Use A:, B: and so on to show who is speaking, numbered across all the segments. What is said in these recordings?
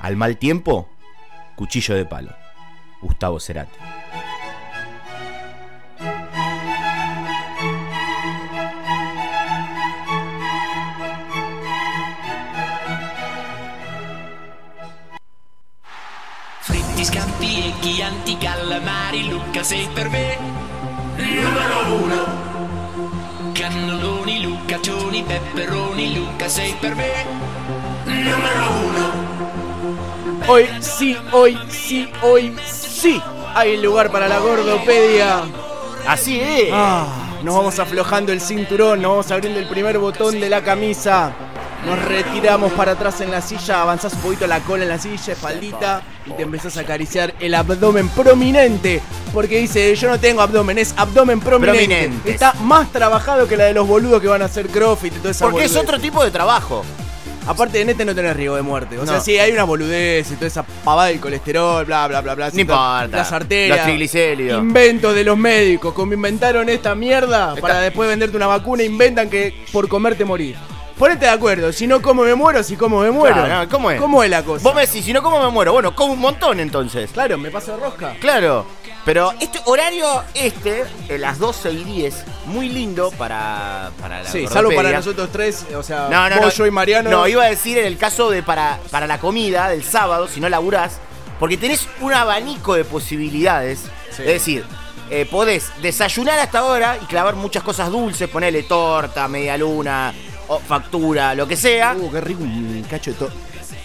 A: Al mal tiempo, cuchillo de palo. Gustavo Cerati.
B: Fritti, scampi e chianti, calamari, Luca sei per me
C: Numero uno,
B: Cannoloni, lucaccioni, pepperoni, Luca sei per me
C: número uno,
D: Hoy sí, hoy sí, hoy sí. Hay lugar para la gordopedia.
A: Así es.
D: Ah, nos vamos aflojando el cinturón, nos vamos abriendo el primer botón de la camisa. Nos retiramos para atrás en la silla, avanzás un poquito la cola en la silla, espaldita, y te empezás a acariciar el abdomen prominente. Porque dice, yo no tengo abdomen, es abdomen prominente.
A: Prominentes.
D: Está más trabajado que la de los boludos que van a hacer crossfit y toda esa
A: Porque es
D: boludez.
A: otro tipo de trabajo.
D: Aparte, en este no tenés riesgo de muerte. O sea,
A: No.
D: sí, hay una boludez y toda esa pavada del colesterol, bla, bla, bla, bla.
A: No importa.
D: Las arterias.
A: Los triglicéridos.
D: Inventos de los médicos. Como inventaron esta mierda para después venderte una vacuna, inventan que por comerte morir. Ponete de acuerdo. Si no como me muero, si como me muero.
A: Claro, no, ¿Cómo es?
D: ¿Cómo es la cosa?
A: Vos me decís, si no, ¿cómo me muero? Bueno, como un montón entonces.
D: Claro, me paso de rosca.
A: Claro, pero este horario este, en las 12 y 10, muy lindo para, para la
D: Sí, salvo para
A: ortopedia.
D: nosotros tres, o sea,
A: No, no, no.
D: vos, yo Ah, y Mariano.
A: No, iba a decir en el caso de para, para la comida del sábado, si no laburás, porque tenés un abanico de posibilidades.
D: Sí.
A: Es decir, eh, podés desayunar hasta ahora y clavar muchas cosas dulces, ponerle torta, media luna, o factura, lo que sea.
D: Uh, qué rico un cacho de torta.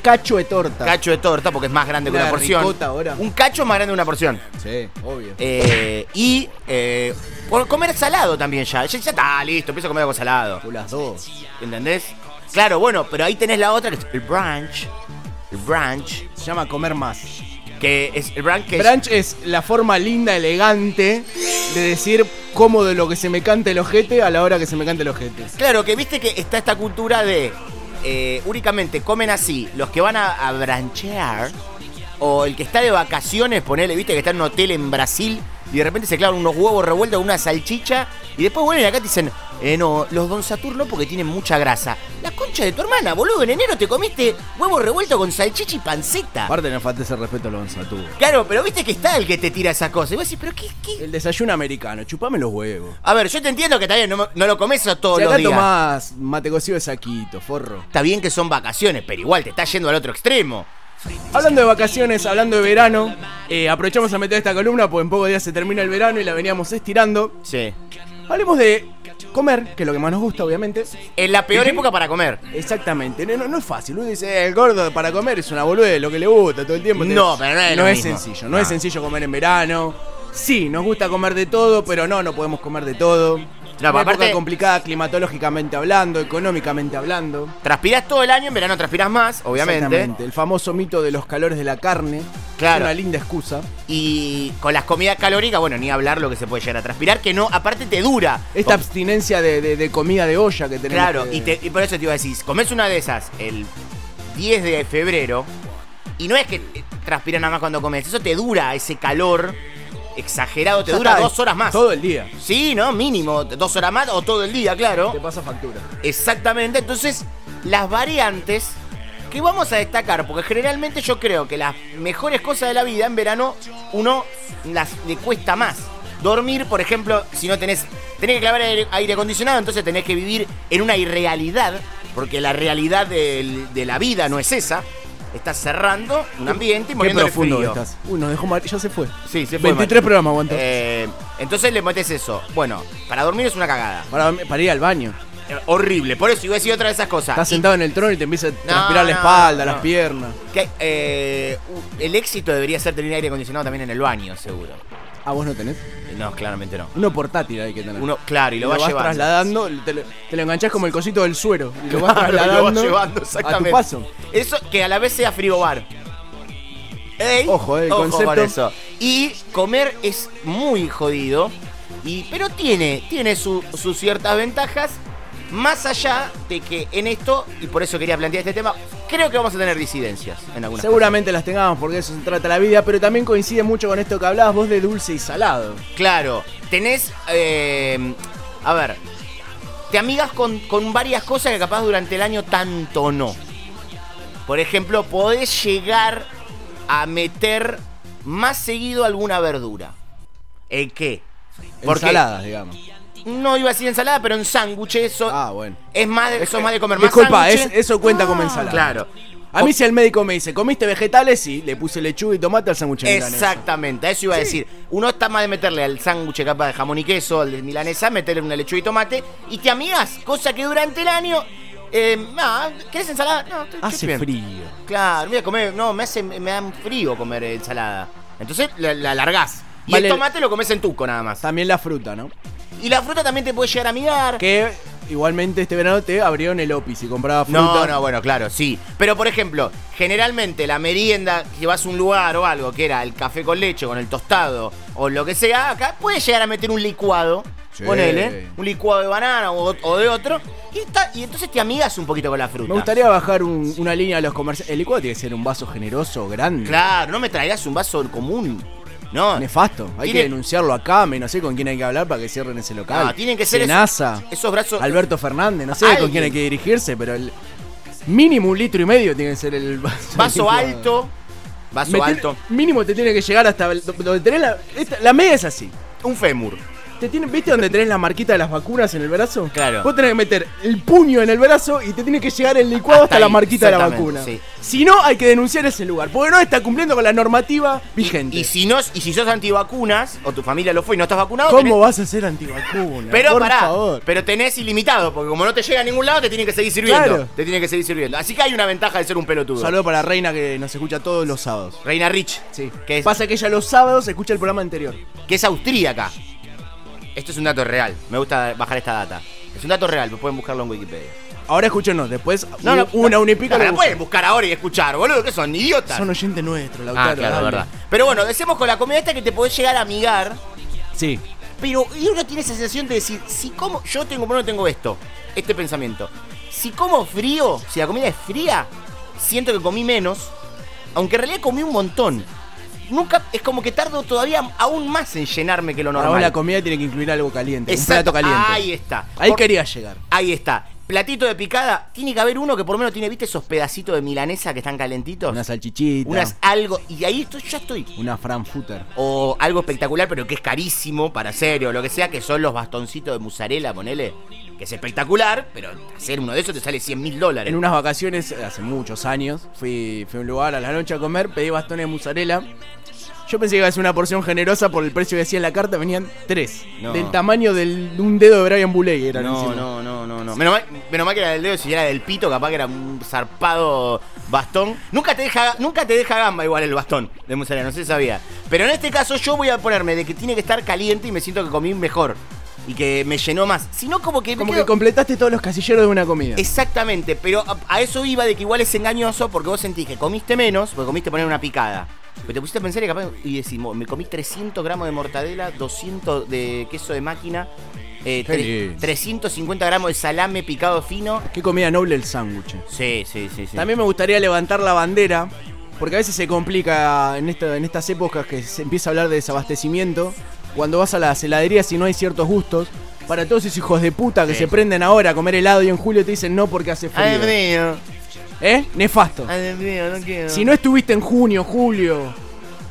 D: Cacho de torta.
A: Cacho de torta, porque es más grande que
D: Una
A: una porción.
D: ricota ahora.
A: Un cacho más grande que una porción.
D: Sí, obvio.
A: Eh, y eh, por comer salado también ya. Ya, ya está, listo, empiezo a comer algo salado.
D: O las dos.
A: ¿Entendés? Claro, bueno, pero ahí tenés la otra que es el brunch. El brunch.
D: Se llama comer más.
A: Que es el brunch que es-
D: Branch es la forma linda, elegante de decir cómo de lo que se me cante el ojete a la hora que se me cante el ojete.
A: Claro, que viste que está esta cultura de eh, únicamente comen así los que van a, a branchear o el que está de vacaciones, ponele, viste que está en un hotel en Brasil y de repente se clavan unos huevos revueltos, una salchicha y después vuelven acá y te dicen, eh, no, los Don Saturno porque tienen mucha grasa. La concha de tu hermana, boludo, en enero te comiste huevo revuelto con salchicha y panceta.
D: Aparte no falta ese respeto a los onsatubos.
A: Claro, pero viste que está el que te tira esa cosa. Y vos decís, pero qué, qué?
D: El desayuno americano, chupame los huevos.
A: A ver, yo te entiendo que también no, no lo comes eso todos
D: Si
A: los
D: acá
A: días.
D: tomás mate cocido de saquito, forro.
A: Está bien que son vacaciones, pero igual te está yendo al otro extremo.
D: Hablando de vacaciones, hablando de verano, eh, aprovechamos a meter esta columna porque en pocos días se termina el verano y la veníamos estirando.
A: Sí.
D: Hablemos de comer, que es lo que más nos gusta, obviamente.
A: En la peor época para comer.
D: Exactamente, no, no- no es fácil. Uno dice, "Eh, el gordo para comer es una boludez, lo que le gusta todo el tiempo.
A: No, pero no es lo mismo.
D: sencillo, no,
A: No.
D: es sencillo comer en verano. Sí, nos gusta comer de todo, pero no, no podemos comer de todo. Una
A: pero aparte-
D: época complicada climatológicamente hablando, económicamente hablando.
A: Transpirás todo el año, en verano transpirás más, obviamente.
D: Exactamente, El famoso mito de los calores de la carne.
A: Claro.
D: Una linda excusa.
A: Y con las comidas calóricas, bueno, ni hablar lo que se puede llegar a transpirar, que no, aparte te dura.
D: Esta
A: Con-
D: abstinencia de, de- de comida de olla que tenemos.
A: Claro,
D: que-
A: y, te- y por eso te iba a decir, comés una de esas el 10 de febrero, y no es que eh, transpira nada más cuando comes, eso te dura ese calor exagerado, te
D: Ya
A: dura
D: está,
A: dos horas más.
D: Todo el día.
A: Sí, ¿no? Mínimo, dos horas más o todo el día, claro.
D: Te pasa factura.
A: Exactamente, entonces las variantes que vamos a destacar, porque generalmente yo creo que las mejores cosas de la vida en verano uno las le cuesta más. Dormir, por ejemplo, si no tenés, tenés que clavar aire, aire acondicionado, entonces tenés que vivir en una irrealidad, porque la realidad del- de la vida no es esa. Estás cerrando un ambiente y
D: Qué
A: muriendo de
D: profundo que
A: frío.
D: estás. Uy, nos dejó mal. Ya se fue.
A: Sí, se fue,
D: 23
A: Mati.
D: programas aguantó.
A: Eh, entonces le metes eso. Bueno, para dormir es una cagada.
D: Para, para ir al baño.
A: Eh, horrible. Por eso iba a decir otra de esas cosas.
D: Estás
A: Y-
D: sentado en el trono y te empieza a transpirar la
A: no,
D: espalda,
A: no.
D: las piernas.
A: Que, eh, u- el éxito debería ser tener aire acondicionado también en el baño, seguro.
D: Ah, vos no tenés.
A: No, claramente no.
D: Uno portátil hay que tener.
A: Uno, claro, y lo, va
D: vas
A: llevando.
D: trasladando, te lo, te lo enganchás como el cosito del suero. Y lo
A: Claro,
D: vas
A: lo va
D: trasladando
A: llevando,
D: a tu
A: exactamente.
D: paso.
A: Eso que a la vez sea frigobar. Ey,
D: Ojo, eh, el
A: con
D: concepto.
A: eso. Y comer es muy jodido, y, pero tiene, tiene su- sus ciertas ventajas. Más allá de que en esto, y por eso quería plantear este tema, creo que vamos a tener disidencias en algunas
D: Seguramente las tengamos porque de eso se trata la vida, pero también coincide mucho con esto que hablabas vos de dulce y salado.
A: Claro, tenés. eh, a ver, te amigas con, con varias cosas que capaz durante el año tanto no. Por ejemplo, podés llegar a meter más seguido alguna verdura. ¿En qué?
D: Ensaladas, digamos.
A: No iba a decir ensalada, pero en sándwiches eso
D: Ah, bueno.
A: es más de, sos más de comer más
D: Disculpa, es-
A: sándwiches. Ah.
D: eso cuenta como ensalada.
A: Claro.
D: A mí si el médico me dice, ¿comiste vegetales? Sí, le puse lechuga y tomate al sándwich de milanesa.
A: Exactamente, a eso iba a decir. Uno está más de meterle al sándwich capaz de jamón y queso, al de milanesa, meterle una lechuga y tomate y te amigas, cosa que durante el año. Eh, ah, ¿Querés ensalada? No, estoy- estoy
D: Hace
A: bien.
D: frío.
A: Claro, voy a comer. No, me hace, me da frío comer ensalada. Entonces la, la alargás. Y
D: Vale.
A: el tomate lo comes en tuco nada más.
D: También la fruta, ¿no?
A: Y la fruta también te puede llegar a amigar.
D: Que igualmente este verano te abrieron el OPI si comprabas fruta.
A: No, no, bueno, claro, sí. Pero por ejemplo, generalmente la merienda, si vas a un lugar o algo, que era el café con leche, con el tostado o lo que sea, acá puedes llegar a meter un licuado.
D: Sí.
A: Ponele, un licuado de banana o, o de otro. Y, está- y entonces te amigas un poquito con la fruta.
D: Me gustaría bajar un- una línea a los comerciales. El licuado tiene que ser un vaso generoso, grande.
A: Claro, no me traigas un vaso común. No.
D: Nefasto. Hay
A: Tiene-
D: que denunciarlo acá, me no sé con quién hay que hablar para que cierren ese local.
A: No, tienen que ser esos-
D: NASA.
A: esos brazos-
D: Alberto Fernández, no sé
A: Alguien.
D: con quién hay que dirigirse, pero el mínimo un litro y medio tiene que ser el vaso.
A: Vaso
D: licuado.
A: alto. Vaso
D: Me tiene-
A: alto.
D: Mínimo te tiene que llegar hasta el- donde tenés la. esta- la media es así.
A: Un fémur.
D: Te tiene, ¿Viste donde tenés la marquita de las vacunas en el brazo?
A: Claro.
D: Vos tenés que meter el puño en el brazo y te tiene que llegar el licuado
A: Hasta
D: hasta, la
A: ahí,
D: marquita de la
A: exactamente,
D: vacuna.
A: sí.
D: Si no, hay que denunciar ese lugar, porque no está cumpliendo con la normativa vigente.
A: Y si no, y si sos antivacunas, o tu familia lo fue y no estás vacunado,
D: ¿Cómo
A: tenés-
D: vas a ser antivacuna?
A: Pero
D: Por
A: pará,
D: favor.
A: pero tenés ilimitado, porque como no te llega a ningún lado, te tienen que seguir sirviendo.
D: Claro.
A: Te tienen que seguir sirviendo. Así que hay una ventaja de ser un pelotudo.
D: Un saludo para Reina que nos escucha todos los sábados.
A: Reina Rich,
D: Sí.
A: que, es,
D: Pasa que ella los sábados escucha el programa anterior.
A: que es austríaca. Esto es un dato real. Me gusta bajar esta data. Es un dato real, pues pueden buscarlo en Wikipedia.
D: Ahora escúchenos, después una, una y pico
A: no,
D: lo
A: la
D: buscan.
A: pueden buscar ahora y escuchar, boludo, que son idiotas.
D: Son oyentes nuestros, la
A: ah, claro, verdad. Pero bueno, decimos con la comida esta que te podés llegar a amigar,
D: Sí.
A: pero y uno tiene esa sensación de decir, si como, yo tengo, no tengo esto, este pensamiento. Si como frío, si la comida es fría, siento que comí menos, aunque en realidad comí un montón. Nunca, es como que tardo todavía aún más en llenarme que lo
D: Ahora vos
A: normal.
D: la comida tiene que incluir algo caliente,
A: Exacto,
D: un plato caliente.
A: Ahí está.
D: Ahí
A: Por-
D: quería llegar.
A: Ahí está. Platito de picada, tiene que haber uno que por lo menos tiene, viste, esos pedacitos de milanesa que están calentitos.
D: Una salchichita,
A: Unas algo. Y ahí estoy, ya estoy.
D: una frankfurter.
A: o algo espectacular, pero que es carísimo para hacer, o lo que sea, que son los bastoncitos de mozzarella, ponele. Que es espectacular, pero hacer uno de esos te sale 100 mil dólares.
D: En unas vacaciones, hace muchos años, fui, fui a un lugar a la noche a comer, pedí bastones de mozzarella. Yo pensé que iba a ser una porción generosa por el precio que decía en la carta, venían tres.
A: No.
D: Del tamaño del- de un dedo de Brian Bulley eran
A: No,
D: encima.
A: no, no, no, no. Menos mal, menos mal que era del dedo, si era del pito, capaz que era un zarpado bastón. Nunca te deja, nunca te deja gamba igual el bastón de mozzarella, no sé si sabía. Pero en este caso yo voy a ponerme de que tiene que estar caliente y me siento que comí mejor. Y que me llenó más. Sino como que me
D: Como
A: quedo-
D: que completaste todos los casilleros de una comida.
A: Exactamente, pero a, a eso iba de que igual es engañoso porque vos sentís que comiste menos, porque comiste poner una picada. Pero te pusiste a pensar y capaz y decimos, me comí 300 gramos de mortadela, 200 de queso de máquina, eh,
D: Qué
A: tre-
D: lindo.
A: 350 gramos de salame picado fino.
D: Qué comida noble el sándwich.
A: Sí, sí, sí, sí.
D: También me gustaría levantar la bandera, porque a veces se complica en, esta- en estas épocas que se empieza a hablar de desabastecimiento, cuando vas a las heladerías y no hay ciertos gustos. Para todos esos hijos de puta que
A: Sí.
D: se prenden ahora a comer helado y en julio te dicen no porque hace
A: Ay, Dios
D: frío.
A: mío,
D: ¿Eh? Nefasto.
A: ay, Dios mío, no quiero.
D: Si no estuviste en junio, julio,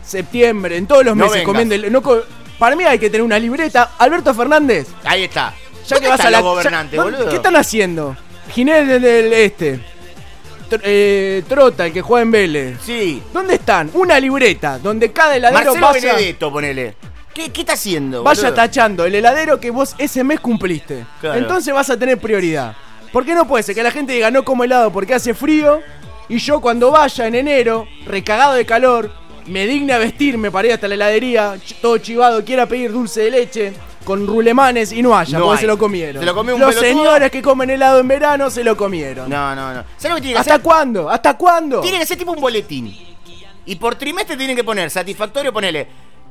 D: septiembre, en todos los
A: No
D: meses
A: vengas.
D: comiendo... hel- no co- para mí hay que tener una libreta. Alberto Fernández,
A: Ahí está.
D: ya que vas a la...
A: gobernante,
D: ya-
A: boludo.
D: ¿Qué están haciendo? Ginés del- del Este. Tr- eh, Trota, el que juega en Vélez.
A: Sí.
D: ¿Dónde están? Una libreta donde cada heladero
A: Marcelo
D: vaya,
A: Benedetto, ponele. ¿Qué, qué está haciendo?
D: vaya
A: boludo?
D: tachando el heladero que vos ese mes cumpliste.
A: Claro.
D: Entonces vas a tener prioridad. ¿Por qué no puede ser que la gente diga no como helado porque hace frío y yo cuando vaya en enero, recagado de calor, me digna vestirme para ir hasta la heladería, ch- todo chivado, quiera pedir dulce de leche con rulemanes y no haya,
A: No
D: porque
A: hay.
D: se lo comieron.
A: Se lo comió un
D: Los
A: pelotudo.
D: señores que comen helado en verano se lo comieron.
A: No, no, no. ¿Sabes lo que tiene que hacer?
D: ¿Hasta cuándo? ¿Hasta cuándo?
A: Tiene que ser tipo un boletín. Y por trimestre tienen que poner satisfactorio, ponele.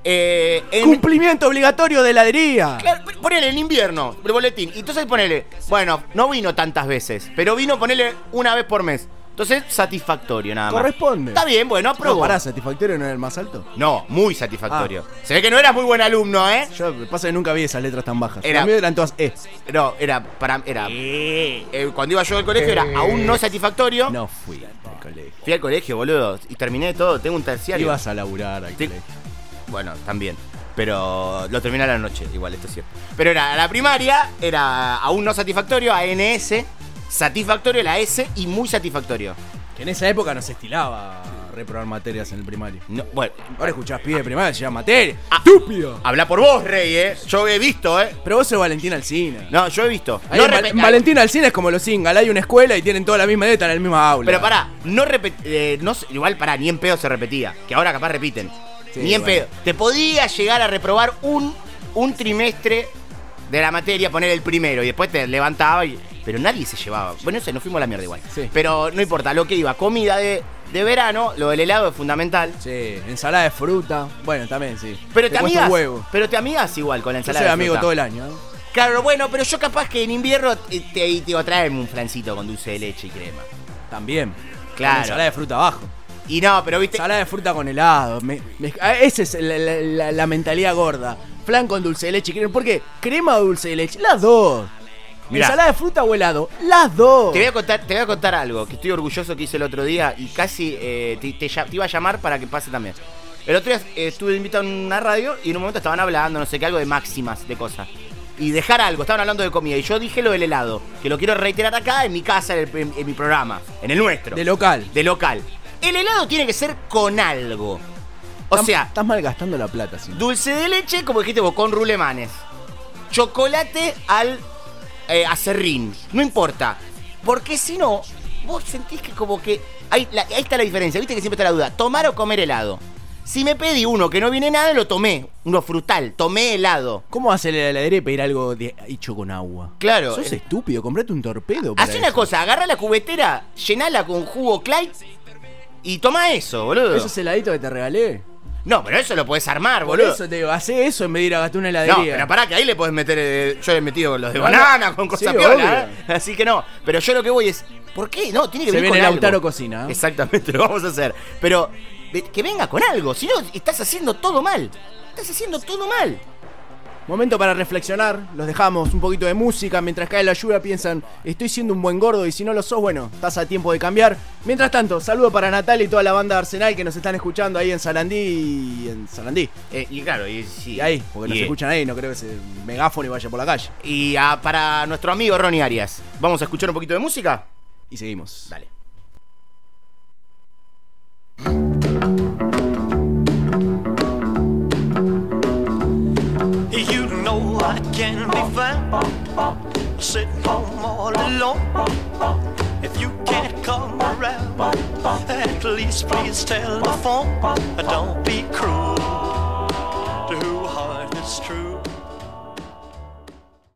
A: eh, en,
D: Cumplimiento obligatorio de heladería.
A: Claro, ponele en invierno, el boletín. Y entonces ponele, bueno, no vino tantas veces, pero vino ponele una vez por mes. Entonces, satisfactorio nada más.
D: Corresponde.
A: Está bien, bueno,
D: No,
A: aprobó.
D: pará, satisfactorio no era el más alto.
A: No, muy satisfactorio. Se ve que no eras muy buen alumno, ¿eh?
D: Ah. Yo pasa que nunca vi esas letras tan bajas.
A: Era-
D: Las mías eran todas E.
A: No, era para era eh, cuando iba yo al colegio era aún no satisfactorio.
D: Eh. No fui. colegio.
A: Fui al colegio, boludo, y terminé todo. Tengo un terciario.
D: Ibas a laburar al
A: Sí.
D: colegio.
A: Bueno, también. Pero lo terminé a la noche, igual, esto es cierto. Pero era la primaria, era aún no satisfactorio, ANS, satisfactorio la S y muy satisfactorio.
D: Que en esa época no se estilaba reprobar materias en el primario.
A: No, bueno,
D: Ahora escuchás pibes de primaria, llevan materia.
A: Ah.
D: ¡Estúpido!
A: habla por vos, Rey, eh. Yo he visto, eh.
D: Pero vos sos Valentín Alcina.
A: No, yo he visto.
D: Ahí
A: No
D: en Val-
A: repe-
D: en Valentín Alcina es como los Ingal, hay una escuela y tienen toda la misma letra en el mismo aula.
A: Pero pará, no repet- eh, no sé, igual pará, ni en pedo se repetía, que ahora capaz repiten.
D: Sí,
A: ni en
D: bueno.
A: pedo. Te podía llegar a reprobar un, un trimestre de la materia, poner el primero y después te levantaba y. Pero nadie se llevaba. Bueno, no sé, nos fuimos a la mierda igual.
D: Sí.
A: Pero no importa, lo que iba, comida de, de verano, lo del helado es fundamental.
D: Sí, ensalada de fruta. Bueno, también sí.
A: Pero
D: te,
A: te,
D: cuesta
A: amigas.
D: un huevo.
A: Pero te amigas igual con la
D: Yo
A: ensalada.
D: soy
A: de
D: amigo
A: fruta.
D: todo el año. ¿eh?
A: Claro, bueno, pero yo capaz que en invierno te, te, te traen un flancito con dulce de leche y crema.
D: También.
A: Claro.
D: Con Ensalada de fruta abajo.
A: Y no, pero viste.
D: Ensalada de fruta con helado. me- me- ah, esa es la, la- la- la mentalidad gorda. Flan con dulce de leche. crema. ¿Por qué? Crema o dulce de leche. Las dos.
A: Mirá.
D: Ensalada de fruta o helado. Las dos.
A: Te voy, a contar, te voy a contar algo que estoy orgulloso que hice el otro día y casi eh, te, te ya- te iba a llamar para que pase también. El otro día eh, estuve invitado a una radio y en un momento estaban hablando, no sé qué, algo de máximas, de cosas. Y dejar algo, estaban hablando de comida. Y yo dije lo del helado, que lo quiero reiterar acá en mi casa, en, el- en- en mi programa, en el nuestro.
D: De local.
A: De local. El helado tiene que ser con algo. O
D: Estás-
A: sea,
D: Estás malgastando la plata, sí.
A: Dulce de leche, como dijiste vos, con rulemanes. Chocolate al eh, acerrín. No importa. Porque si no, vos sentís que como que... Ahí, la- ahí está la diferencia, viste que siempre está la duda. Tomar o comer helado. Si me pedí uno que no viene nada, lo tomé. Uno frutal, tomé helado.
D: ¿Cómo hace la heladera y pedir algo de- hecho con agua?
A: Claro.
D: Sos
A: Eh,
D: estúpido, comprate un torpedo. para
A: Hacé una
D: eso.
A: cosa, agarrá la cubetera, llenala con jugo Clyde y toma eso, boludo.
D: ¿Eso es heladito que te regalé?
A: No, pero eso lo podés armar,
D: Por
A: boludo.
D: eso te digo, hacé eso en vez de ir a gastar una heladería.
A: No, pero pará, que ahí le podés meter. eh, yo le he metido con los de
D: No,
A: banana,
D: no.
A: con
D: Sí,
A: cosas piola.
D: obvio.
A: ¿eh? Así que no. Pero yo lo que voy es. ¿Por qué? No, tiene que
D: Se
A: venir
D: viene
A: con
D: Lautaro
A: algo.
D: Cocina, ¿eh?
A: Exactamente, lo vamos a hacer. Pero ve- que venga con algo. Si no, estás haciendo todo mal. Estás haciendo todo mal.
D: Momento para reflexionar, los dejamos un poquito de música, mientras cae la lluvia piensan, estoy siendo un buen gordo y si no lo sos, bueno, estás a tiempo de cambiar. Mientras tanto, saludo para Natal y toda la banda de Arsenal que nos están escuchando ahí en Sarandí y en Sarandí.
A: Eh, y claro, y, sí.
D: Y ahí, porque nos
A: Y, eh,
D: escuchan ahí, no creo que ese megáfono y vaya por la calle.
A: Y ah, para nuestro amigo Ronnie Arias, ¿vamos a escuchar un poquito de música?
D: Y seguimos.
A: Dale.
B: You know I can be found sitting home all alone. If you can't come around, at least please tell the phone. Don't be cruel.